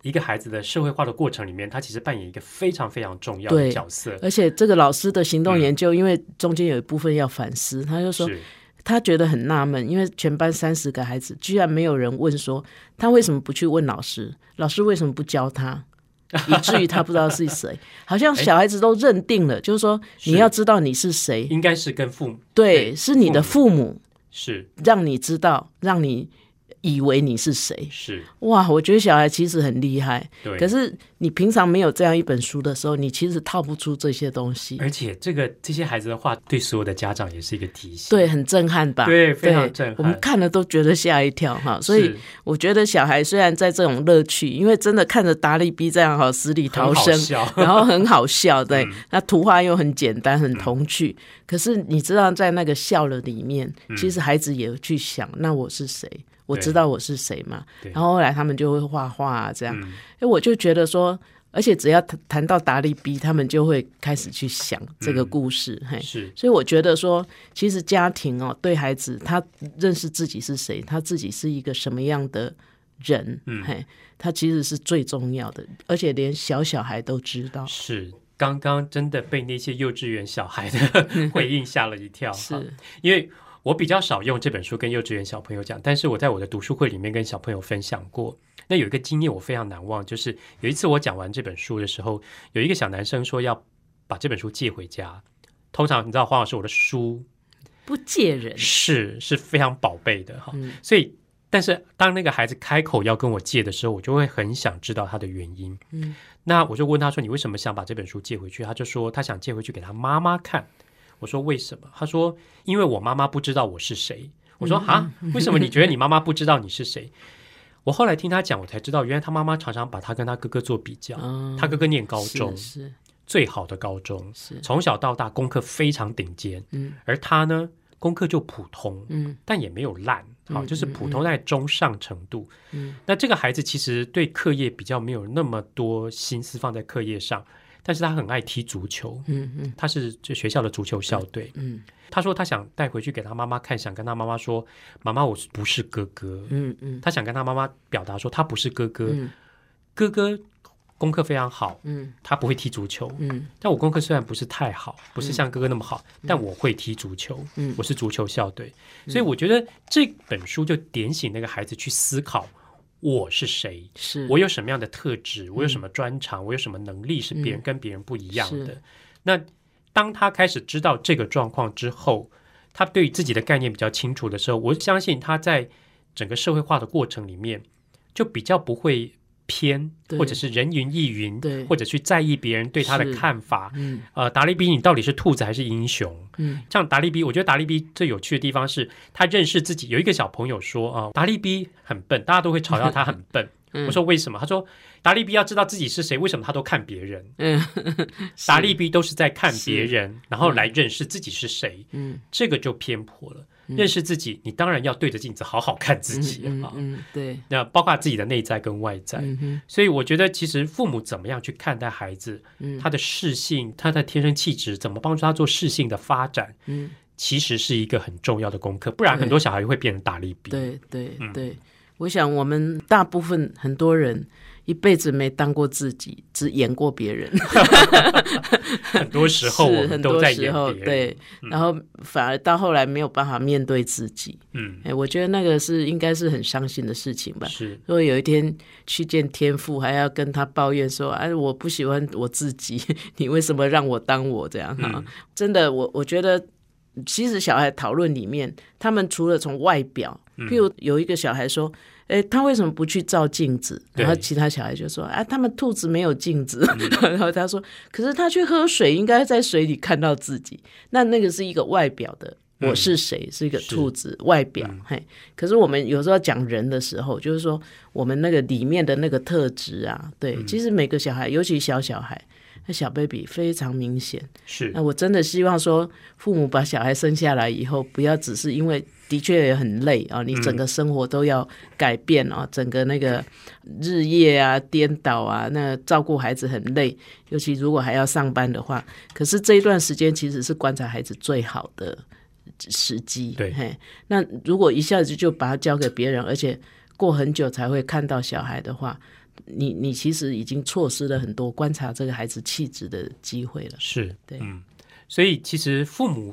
C: 一个孩子的社会化的过程里面，他其实扮演一个非常非常重要的
B: 对
C: 角色。
B: 而且这个老师的行动研究，因为中间有一部分要反思，他就说
C: 是
B: 他觉得很纳闷，因为全班三十个孩子，居然没有人问说他为什么不去问老师，老师为什么不教 <laughs> 他，以至于他不知道是谁。好像小孩子都认定了，哎就是说你要知道你是谁，
C: 应该是跟父母
B: 对，是你的父母
C: 是
B: 让你知道，让你以为你是谁。
C: 是，
B: 哇，我觉得小孩其实很厉害，
C: 对。
B: 可是你平常没有这样一本书的时候，你其实套不出这些东西。
C: 而且这个这些孩子的话，对所有的家长也是一个提醒。
B: 对，很震撼吧？
C: 对非常震撼
B: 我们看了都觉得吓一跳哈，
C: 是，
B: 所以我觉得小孩虽然在这种乐趣，因为真的看着达利逼这样哈死里逃生
C: 很好笑，
B: <laughs>
C: 嗯
B: 然后很好笑，对，那图画又很简单，很童趣。可是你知道，在那个笑了里面，
C: 嗯
B: 其实孩子也去想，那我是谁？我知道我是谁嘛
C: 对？嗯
B: 然后后来他们就会画画啊，这样。哎，我就觉得说。而且只要谈谈到达利逼，他们就会开始去想这
C: 嗯
B: 个故事，嘿，
C: <laughs> 是
B: 所以我觉得说，其实家庭哦，对孩子他认识自己是谁，他自己是一个什么样的人，嗯、嘿，他其实是最重要的，而且连小小孩都知道。
C: 是。刚刚真的被那些幼稚园小孩的 <laughs> 回应吓了一跳，哈
B: 是，
C: 因为我比较少用这本书跟幼稚园小朋友讲，但是我在我的读书会里面跟小朋友分享过。那有一个经验我非常难忘，就是有一次我讲完这本书的时候，有一个小男生说要把这本书借回家。通常你知道黄老师，我的书
B: 不借人嗯
C: 是是非常宝贝的哈，所以但是当那个孩子开口要跟我借的时候，我就会很想知道他的原因。
B: 嗯，
C: 那我就问他说：“你为什么想把这本书借回去？”他就说他想借回去给他妈妈看。我说：“为什么？”他说：“因为我妈妈不知道我是谁。”我
B: 嗯
C: 说：“啊，为什么你觉得你妈妈不知道你是谁？”我后来听他讲，我才知道，原来他妈妈常常把他跟他哥哥做比较。
B: 嗯
C: 他哥哥念高中，
B: 是
C: 最好的高中，
B: 是是，
C: 从小到大功课非常顶尖，
B: 嗯
C: 而他呢，功课就普通，
B: 嗯
C: 但也没有烂，好、
B: 嗯
C: 就是
B: 嗯
C: 普通在中上程度。
B: 嗯
C: 那这个孩子其实对课业比较没有那么多心思放在课业上，但是他很爱踢足球，
B: 嗯嗯
C: 他是这学校的足球校队。
B: 嗯
C: 他说他想带回去给他妈妈看，想跟他妈妈说：“妈妈，我不是哥哥。
B: 嗯嗯，
C: 他想跟他妈妈表达说他不是哥哥，
B: 嗯
C: 哥哥功课非常好，
B: 嗯
C: 他不会踢足球。
B: 嗯
C: 但我功课虽然不是太好，不是像哥哥那么好，但我会踢足球，
B: 嗯
C: 我是足球校队，所以我觉得这本书就点醒那个孩子去思考我是谁，
B: 是，
C: 我有什么样的特质，我有什么专长，我有什么能力是别人跟别人不一样
B: 嗯
C: 的
B: 是。
C: 那当他开始知道这个状况之后，他对自己的概念比较清楚的时候，我相信他在整个社会化的过程里面，就比较不会偏，
B: 对
C: 或者是人云亦云，
B: 对
C: 或者去在意别人对他的
B: 是
C: 看法。
B: 嗯
C: 呃，达利比，你到底是兔子还是英雄？
B: 嗯
C: 像达利比，我觉得达利比最有趣的地方是他认识自己。有一个小朋友说啊、达利比很笨，大家都会嘲笑他很笨。
B: <laughs> 嗯
C: 我说为什么？他说达利比要知道自己是谁，为什么他都看别人？
B: 嗯，
C: <laughs> 达利比都是在看
B: 是
C: 别人，然后来认识自己是谁，
B: 嗯
C: 这个就偏颇了。认识自己，你当然要对着镜子好好看自己
B: 嗯
C: 啊。哎
B: 嗯对，
C: 那包括自己的内在跟外在，
B: 嗯哼
C: 所以我觉得其实父母怎么样去看待孩子，
B: 嗯
C: 他的适性，他的天生气质，怎么帮助他做适性的发展，
B: 嗯。
C: 其实是一个很重要的功课，不然很多小孩会变成大力比。
B: 对对
C: 嗯
B: 对，我想我们大部分很多人一辈子没当过自己，只演过别人，
C: 很多时候我
B: 是
C: 们
B: 很
C: 都
B: 多
C: 在
B: 时
C: 演
B: 候
C: 别人。
B: 对，然后反而到后来没有办法面对自己。
C: 嗯，
B: 哎，我觉得那个是应该是很伤心的事情吧。
C: 是
B: 如果有一天去见天父，还要跟他抱怨说：“哎，我不喜欢我自己， <laughs> 你为什么让我当我这样？”哈、真的，我我觉得，其实小孩讨论里面，他们除了从外表，譬如有一个小孩说：“哎，他为什么不去照镜子？”
C: 对
B: 然后其他小孩就说：“啊，他们兔子没有镜子。 <laughs> 然后他说：“可是他去喝水，应该在水里看到自己。那那个是一个外表的。”我是谁？是一个
C: 是
B: 兔子外表，嘿。可是我们有时候讲人的时候，就是说我们那个里面的那个特质啊，对，其实每个小孩，尤其小小孩，那小 baby 非常明显。
C: 是
B: 那，我真的希望说，父母把小孩生下来以后，不要只是因为的确也很累啊，你
C: 嗯
B: 整个生活都要改变啊，整个那个日夜啊、颠倒啊，那照顾孩子很累，尤其如果还要上班的话。可是这一段时间其实是观察孩子最好的时机。
C: 对
B: 嘿，那如果一下子就把它交给别人，而且过很久才会看到小孩的话。你你其实已经错失了很多观察这个孩子气质的机会了，
C: 是，
B: 对
C: 嗯，所以其实父母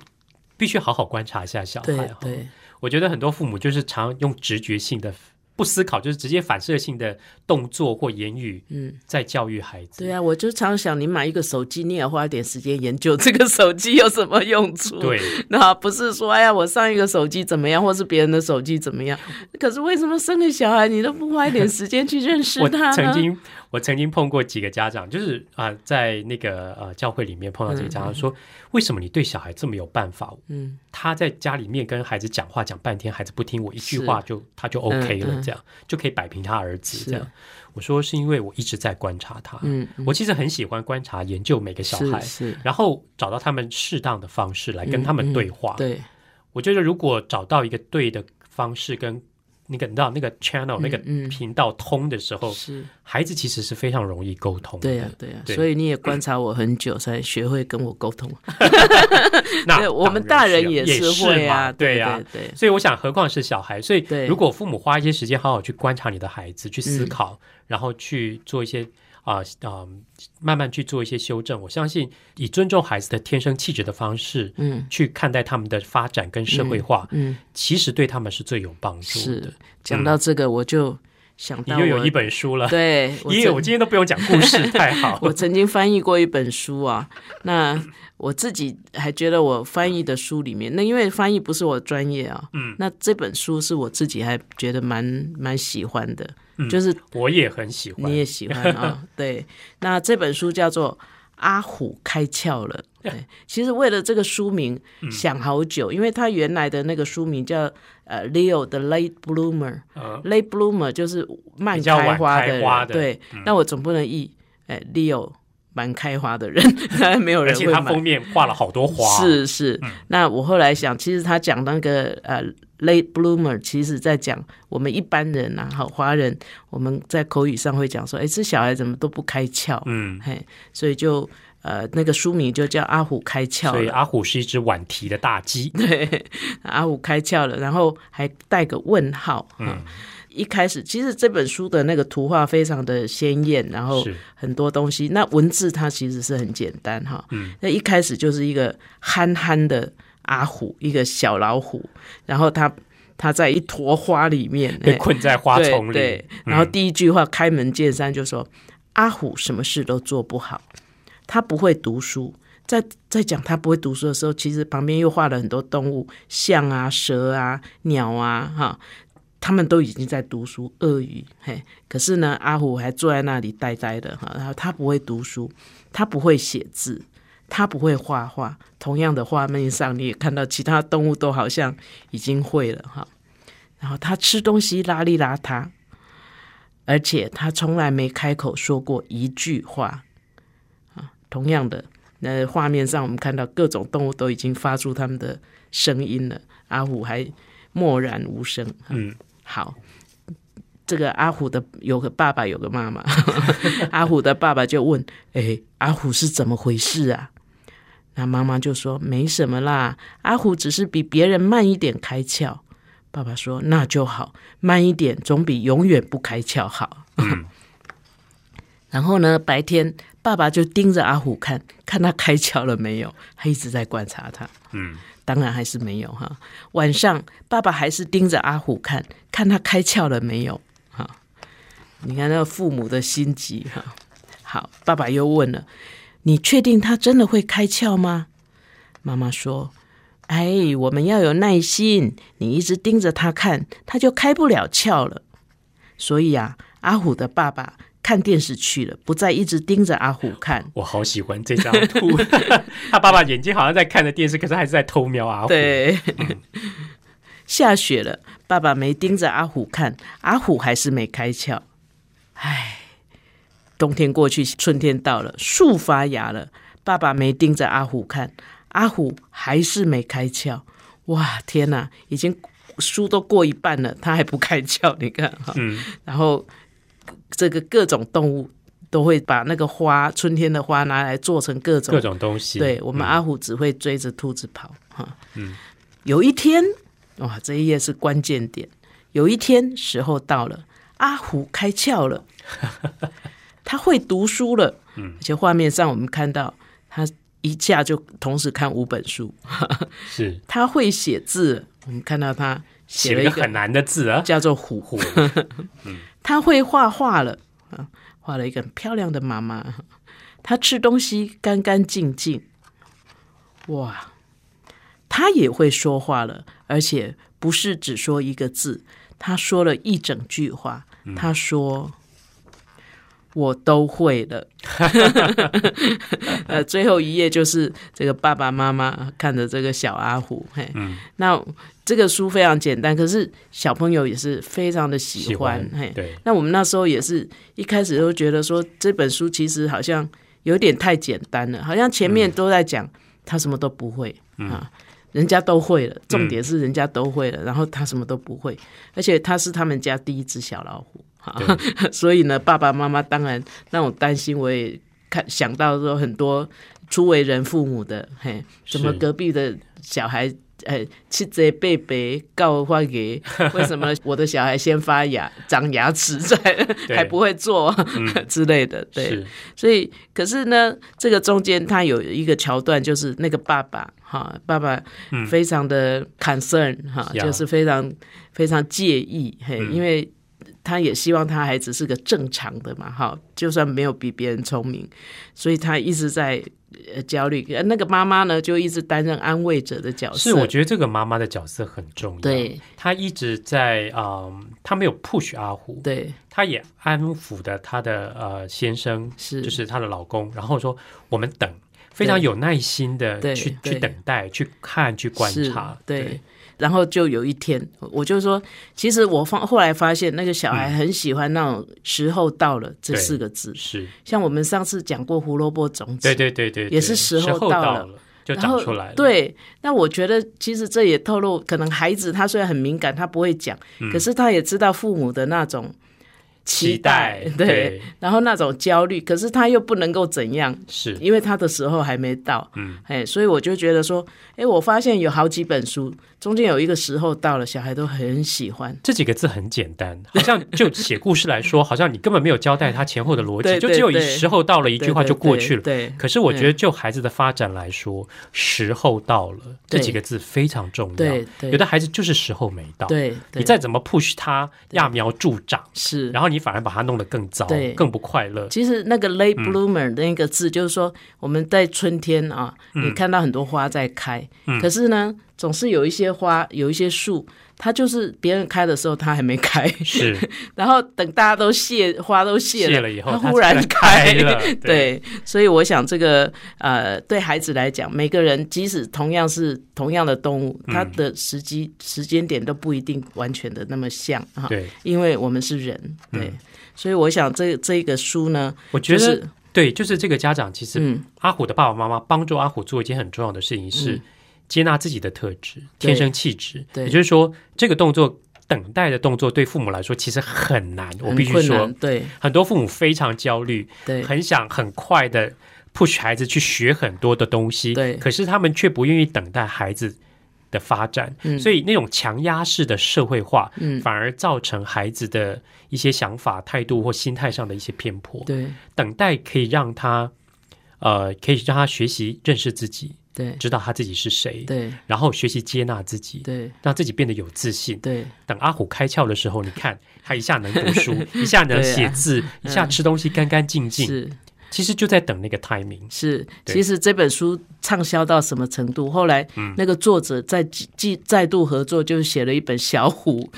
C: 必须好好观察一下小孩
B: 对
C: 哈。
B: 对，
C: 我觉得很多父母就是常用直觉性的。不思考就是直接反射性的动作或言语，
B: 嗯，
C: 在教育孩子。
B: 对啊，我就常想，你买一个手机，你也花一点时间研究这个手机有什么用处。，
C: 对，
B: <laughs> 那不是说，哎呀，我上一个手机怎么样，或是别人的手机怎么样？可是为什么生个小孩，你都不花一点时间去认识
C: 我
B: 他呢？
C: 曾经我曾经碰过几个家长，就是啊、在那个呃教会里面碰到几个家长说，为什么你对小孩这么有办法？
B: 嗯，
C: 他在家里面跟孩子讲话讲半天，孩子不听我一句
B: 是
C: 话就他就 OK 了，
B: 嗯
C: 这样就可以摆平他儿子
B: 是
C: 这样。我说是因为我一直在观察他，
B: 嗯，
C: 我其实很喜欢观察研究每个小孩
B: 是。是，
C: 然后找到他们适当的方式来跟他们
B: 嗯
C: 对话。
B: 对，
C: 我觉得如果找到一个对的方式跟那个你知道那个 channel、那个
B: 嗯
C: 频道通的时候，
B: 是，
C: 孩子其实是非常容易沟通的。
B: 对呀，对呀。
C: 哦
B: 啊
C: 对
B: 所以你也观察我很久，才学会跟我沟通。
C: <laughs> 那
B: 对，我们大人也
C: 是
B: 是会啊，
C: 嘛对呀、
B: 对对，
C: 所以我想，何况是小孩。所以，
B: 对
C: 如果父母花一些时间好好去观察你的孩子，去思考，
B: 嗯
C: 然后去做一些啊啊、慢慢去做一些修正，我相信以尊重孩子的天生气质的方式，
B: 嗯，
C: 去看待他们的发展跟社会化，
B: 嗯。
C: 其实对他们是最有帮助
B: 是
C: 的。，嗯
B: 讲到这个，我就想
C: 你
B: 到
C: 又有
B: 我
C: 一本书了。 <laughs>
B: 对，我
C: 耶！
B: 曾
C: 我今天都不用讲故
B: <laughs>
C: 事，太好 <laughs>
B: 我
C: 了。
B: 曾经翻译过一本书啊， <laughs> 那我自己还觉得我翻译的书里面，那因为翻译不是我专业啊，
C: 嗯，
B: 那这本书是我自己还觉得蛮蛮喜欢的，
C: 嗯
B: 就是
C: 我也很喜欢
B: 你。也喜欢
C: <laughs>
B: 啊、对，那这本书叫做《阿虎开窍
C: <laughs>
B: 了》。对，其实为了这个书名想好久，因为它原来的那个书名叫呃 Leo 的 Late Bloomer，Late
C: 嗯，
B: Bloomer 就是慢
C: 比较晚
B: 花
C: 开花
B: 人
C: 的嗯
B: 对，那我总不能译哎 Leo 蛮开花的人， <laughs> 当然没有
C: 而
B: 人
C: 且
B: 会
C: 它
B: 买
C: 封。面画了好多花。，嗯
B: 是是，那我后来想，其实他讲那个呃 late bloomer，其实在讲我们一般人啊，好华人，我们在口语上会讲说，哎，这小孩怎么都不开窍，
C: 嗯，
B: 嘿，所以就呃那个书名就叫阿虎开窍
C: 所以啊
B: 了，
C: 阿虎是一只晚提的大鸡。
B: 对，阿虎开窍了，然后还带个问号，嗯。一开始，其实这本书的那个图画非常的鲜艳，然后
C: 是
B: 很多东西。那文字它其实是很简单哈，
C: 嗯，
B: 那一开始就是一个憨憨的阿虎，一个小老虎，然后它它在一坨花里面
C: 被
B: 哎
C: 困在花
B: 对
C: 丛里。
B: 对，
C: 嗯
B: 然后第一句话开门见山就说：“阿虎什么事都做不好，他不会读书。”在在讲他不会读书的时候，其实旁边又画了很多动物，象啊、蛇啊、鸟啊，哈，他们都已经在读书，鳄鱼，嘿，可是呢，阿虎还坐在那里呆呆的哈，然后他不会读书，他不会写字，他不会画画。同样的画面上，你也看到其他动物都好像已经会了哈。然后他吃东西邋里邋遢，而且他从来没开口说过一句话啊。同样的，那画面上我们看到各种动物都已经发出他们的声音了，阿虎还默然无声。啊
C: 嗯，
B: 好，这个阿虎的有个爸爸，有个妈 <laughs> 妈。阿虎的爸爸就问：“哎，阿虎是怎么回事啊？”那妈妈就说：“没什么啦，阿虎只是比别人慢一点开窍。”爸爸说：“那就好，慢一点总比永远不开窍好。 <laughs> 然后呢，白天爸爸就盯着阿虎看，看他开窍了没有，他一直在观察他。
C: 嗯，
B: 当然还是没有哈。晚上爸爸还是盯着阿虎看，看他开窍了没有哈。你看那个父母的心急哈。好，爸爸又问了：“你确定他真的会开窍吗？”妈妈说：“哎，我们要有耐心，你一直盯着他看，他就开不了窍了。”所以啊，阿虎的爸爸看电视去了，不再一直盯着阿虎看。
C: 我好喜欢这张
B: <laughs>
C: 图。 <laughs> 他爸爸眼睛好像在看着电视，可是还是在偷瞄阿虎。，
B: 对， <laughs> 下雪了，爸爸没盯着阿虎看，阿虎还是没开窍。唉，冬天过去，春天到了，树发芽了，爸爸没盯着阿虎看，阿虎还是没开窍。哇，天哪，已经书都过一半了，他还不开窍，你看哈。
C: 嗯
B: 然后这个各种动物都会把那个花，春天的花拿来做成各种
C: 各种东西。
B: 对我们
C: 嗯
B: 阿虎只会追着兔子跑哈。嗯，有一天，哇，这一页是关键点。有一天时候到了，阿虎开窍 <laughs> 了，他会读书了。嗯，而且画面上我们看到他一下就同时看五本书，
C: 是
B: 他会写字了，我们看到他写
C: 写
B: 了
C: 了
B: 一
C: 一个
B: 个
C: 很难的字啊。
B: 叫做虎嗯
C: 虎，
B: 他会画画了，啊，画了一个很漂亮的妈妈。他吃东西干干净净，哇，他也会说话了，而且不是只说一个字，他说了一整句话。
C: 嗯
B: 他说：“我都会了。” <laughs> 呃，最后一页就是这个爸爸妈妈看着这个小阿虎，嘿，
C: 嗯
B: 那这个书非常简单，可是小朋友也是非常的喜
C: 喜
B: 欢，
C: 欢
B: 嘿，
C: 对，
B: 那我们那时候也是一开始都觉得说这本书其实好像有点太简单了，好像前面都在讲他什么都不会、啊，人家都会了，重点是人家都会了，然后他什么都不会，而且他是他们家第一只小老虎，啊、所以呢，爸爸妈妈当然那种担心，我也看想到说很多初为人父母的，嘿，
C: 是
B: 怎么隔壁的小孩。哎，七贼被被告
C: <laughs>
B: 发给，为什么我的小孩先发芽、长牙齿在，
C: 对嗯
B: 还不会做、 <laughs> 之类的？ <laughs> 对
C: 是，
B: 所以可是呢，这个中间他有一个桥段，就是那个爸爸哈，爸爸非常的 concern 哈、
C: 嗯呀嗯
B: 就是非常非常介意，嘿，因为他也希望他孩子是个正常的嘛，哈，就算没有比别人聪明，所以他一直在呃焦虑。呃那个妈妈呢，就一直担任安慰者的角色。
C: 是，我觉得这个妈妈的角色很重要。
B: 对，
C: 她一直在，嗯，她没有 push 阿虎，
B: 对，
C: 她也安抚的她的呃先生，
B: 是
C: 就是她的老公，然后说我们等，非常有耐心的
B: 对
C: 去
B: 对
C: 去等待、去看、去观
B: 是
C: 察，
B: 对。然后就有一天，我就说，其实我发后来发现，那个小孩很喜欢那种“时候到了”这
C: 对
B: 四个字。
C: 是，
B: 像我们上次讲过胡萝卜种子，
C: 对对对对，
B: 也是
C: 对
B: 时候
C: 到
B: 到了
C: 就
B: 然
C: 长
B: 后
C: 出来了，，
B: 对，那我觉得其实这也透露，可能孩子他虽然很敏感，他不会讲，
C: 嗯
B: 可是他也知道父母的那种
C: 期待，
B: 对，然后那种焦虑，可是他又不能够怎样，
C: 是，
B: 因为他的时候还没到，嗯，哎，所以我就觉得说，哎，我发现有好几本书中间有一个时候到了，小孩都很喜欢，
C: 这几个字很简单，好像就写故事来说，好像你根本没有交代它前后的逻辑，
B: <laughs> 对
C: 就
B: 对
C: 只有一
B: 对
C: 时候到了一句话就过去了。
B: 对对对对
C: 可是我觉得，就孩子的发展来说，时候到了这
B: 对
C: 几个字非常重
B: 对
C: 要。
B: 对
C: 有的孩子就是时候没到，
B: 对，对
C: 你再怎么 push 他揠苗助长，
B: 是
C: 然后你反而把他弄得更糟
B: 对，
C: 更不
B: <laughs>
C: 快乐。
B: 其实那个 late
C: 嗯
B: bloomer 的那个字，就是说我们在春天啊，
C: 嗯
B: 你看到很多花在开，可是呢，总是有一些花，有一些树，它就是别人开的时候它还没开， <laughs>
C: 是
B: 然后等大家都谢花都谢了
C: 谢了以后
B: 它
C: 它
B: 忽然
C: 才开了 <laughs> 对
B: 对，所以我想这个呃，对孩子来讲，每个人即使同样是同样的动物，
C: 嗯
B: 它的时机时间点都不一定完全的那么像啊，
C: 对，嗯
B: 因为我们是人，对。所以我想这这个书呢，
C: 我觉
B: 就
C: 得
B: 是
C: 对，就是这个家长其实
B: 嗯，
C: 阿虎的爸爸妈妈帮助阿虎做一件很重要的事情是接纳自己的特质、
B: 对
C: 天生气质。
B: 对
C: 也就是说，这个动作等待的动作对父母来说其实很难，我
B: 很
C: 必须
B: 困
C: 说
B: 难，对
C: 很多父母非常焦虑，
B: 对
C: 很想很快的 push 孩子去学很多的东西，
B: 对
C: 可是他们却不愿意等待孩子。的发展，
B: 嗯
C: 所以那种强压式的社会化，
B: 嗯
C: 反而造成孩子的一些想法、态度或心态上的一些偏颇。
B: 对
C: 等待可以让他，呃，可以让他学习认识自己，
B: 对
C: 知道他自己是谁，
B: 对
C: 然后学习接纳自己，
B: 对
C: 让自己变得有自信。
B: 对
C: 等阿虎开窍的时候，你看他一下能读书，一下
B: <laughs>
C: 能
B: 对啊
C: 写字，一下吃东西干干净净，
B: 是
C: 其实就在等那
B: <laughs>
C: 个 timing。
B: 是。
C: 对
B: 其实这本书畅销到什么程度？后来
C: 嗯
B: 那个作者再继再度合作，就写了一本《小虎》，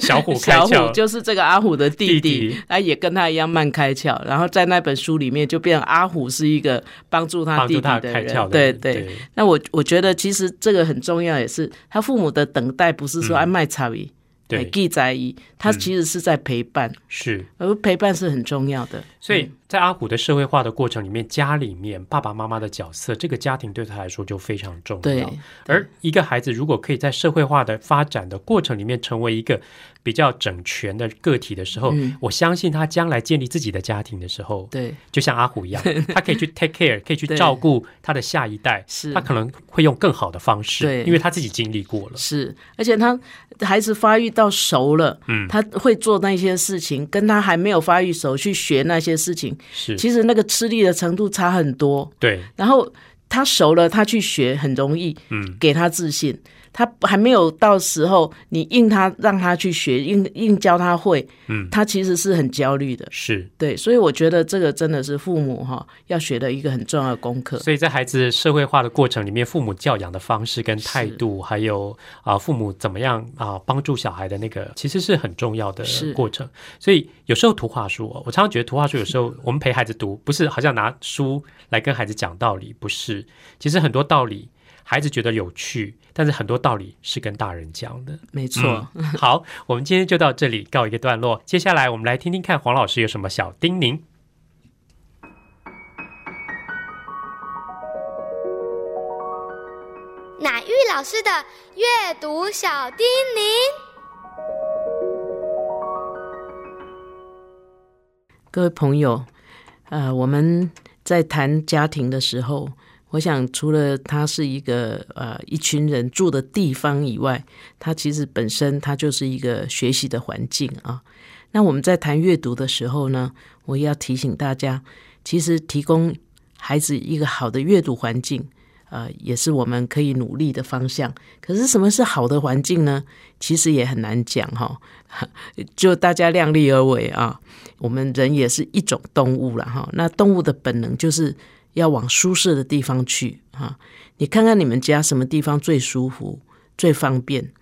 C: 小虎
B: <laughs>
C: 开
B: 小虎
C: 窍，
B: 就是这个阿虎的弟
C: 弟
B: 弟
C: 弟，
B: 他也跟他一样慢开窍。然后在那本书里面，就变成阿虎是一个帮助他
C: 帮
B: 弟
C: 助
B: 弟
C: 他
B: 的
C: 开窍
B: 人，
C: 的
B: 对
C: 人。
B: 对。那我我觉得其实这个很重要，也是他父母的等待，不是说啊卖草鱼、哎
C: 嗯对
B: 记载鱼，他其实是在陪伴，
C: 是。
B: 而陪伴是很重要的。
C: 所以在阿虎的社会化的过程里面，家里面爸爸妈妈的角色，这个家庭对他来说就非常重
B: 对
C: 要。而一个孩子如果可以在社会化的发展的过程里面成为一个比较整全的个体的时候，
B: 嗯
C: 我相信他将来建立自己的家庭的时候，
B: 对
C: 就像阿虎一样，他可以去 take care，可以去
B: 对
C: 照顾他的下一代，
B: 是
C: 他可能会用更好的方式
B: 对，
C: 因为他自己经历过了。
B: 是，而且他孩子发育到熟了，
C: 嗯
B: 他会做那些事情，跟他还没有发育熟去学那些事情，
C: 是，
B: 其实那个吃力的程度差很多。
C: 对，
B: 然后他熟了，他去学很容易，
C: 嗯，
B: 给他自信。他还没有到时候，你硬他让他去学，硬硬教他会，
C: 嗯，
B: 他其实是很焦虑的。
C: 是。
B: 对，所以我觉得这个真的是父母哈、要学的一个很重要的功课。
C: 所以在孩子社会化的过程里面，父母教养的方式跟态度，还有啊、父母怎么样啊、帮助小孩的那个，其实是很重要的
B: 是
C: 过程。所以有时候图画书、哦，我常常觉得图画书有时候我们陪孩子读，不是好像拿书来跟孩子讲道理，不是，其实很多道理。孩子觉得有趣，但是很多道理是跟大人讲的。
B: 没错，
C: 好，我们今天就到这里告一个段落。接下来我们来听听看黄老师有什么小叮咛。
E: 乃玉老师的阅读小叮咛。
B: 各位朋友，呃，我们在谈家庭的时候，我想除了它是一个呃一群人住的地方以外，它其实本身它就是一个学习的环境啊。那我们在谈阅读的时候呢，我也要提醒大家，其实提供孩子一个好的阅读环境，呃，也是我们可以努力的方向。可是什么是好的环境呢？其实也很难讲哈、 <laughs> 就大家量力而为啊。我们人也是一种动物了哈，那动物的本能就是要往舒适的地方去啊。你看看你们家什么地方最舒服、最方便？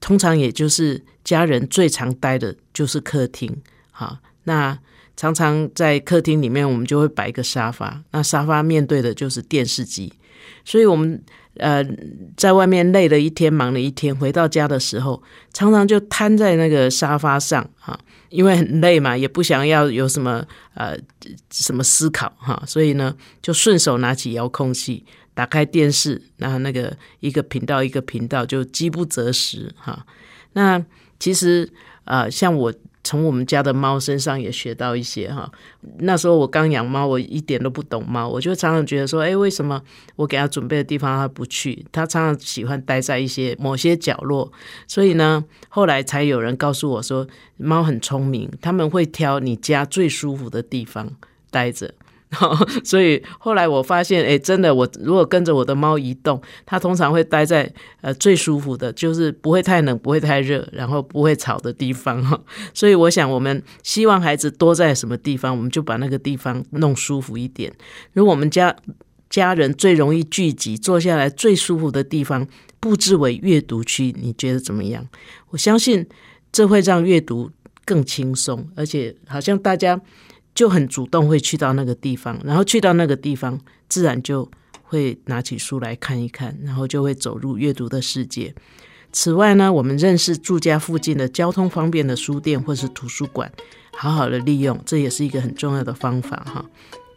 B: 通常也就是家人最常待的就是客厅哈。那常常在客厅里面，我们就会摆一个沙发，那沙发面对的就是电视机，所以我们呃在外面累了一天，忙了一天，回到家的时候，常常就瘫在那个沙发上哈、因为很累嘛，也不想要有什么呃什么思考哈、所以呢，就顺手拿起遥控器，打开电视，那那个一个频道一个频道就饥不择食哈、那其实呃，像我从我们家的猫身上也学到一些哈。那时候我刚养猫，我一点都不懂猫，我就常常觉得说，哎，为什么我给它准备的地方它不去？它常常喜欢待在一些某些角落。所以呢，后来才有人告诉我说，猫很聪明，他们会挑你家最舒服的地方待着。 <laughs> 所以后来我发现，哎，真的，我如果跟着我的猫移动，它通常会待在呃最舒服的，就是不会太冷、不会太热，然后不会吵的地方 <laughs> 哈。所以我想，我们希望孩子多在什么地方，我们就把那个地方弄舒服一点。如果我们家家人最容易聚集，坐下来最舒服的地方，布置为阅读区，你觉得怎么样？我相信这会让阅读更轻松，而且好像大家就很主动会去到那个地方，然后去到那个地方，自然就会拿起书来看一看，然后就会走入阅读的世界。此外呢，我们认识住家附近的交通方便的书店或是图书馆，好好的利用，这也是一个很重要的方法哈。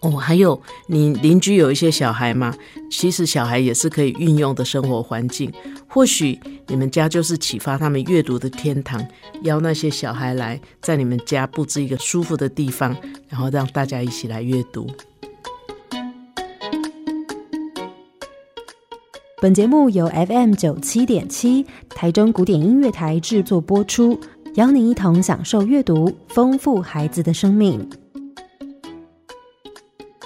B: 哦，还有你邻居有一些小孩嘛，其实小孩也是可以运用的生活环境。或许你们家就是启发他们阅读的天堂，邀那些小孩来在你们家布置一个舒服的地方，然后让大家一起来阅读。
A: 本节目由 FM 九七点七台中古典音乐台制作播出，邀您一同享受阅读，丰富孩子的生命。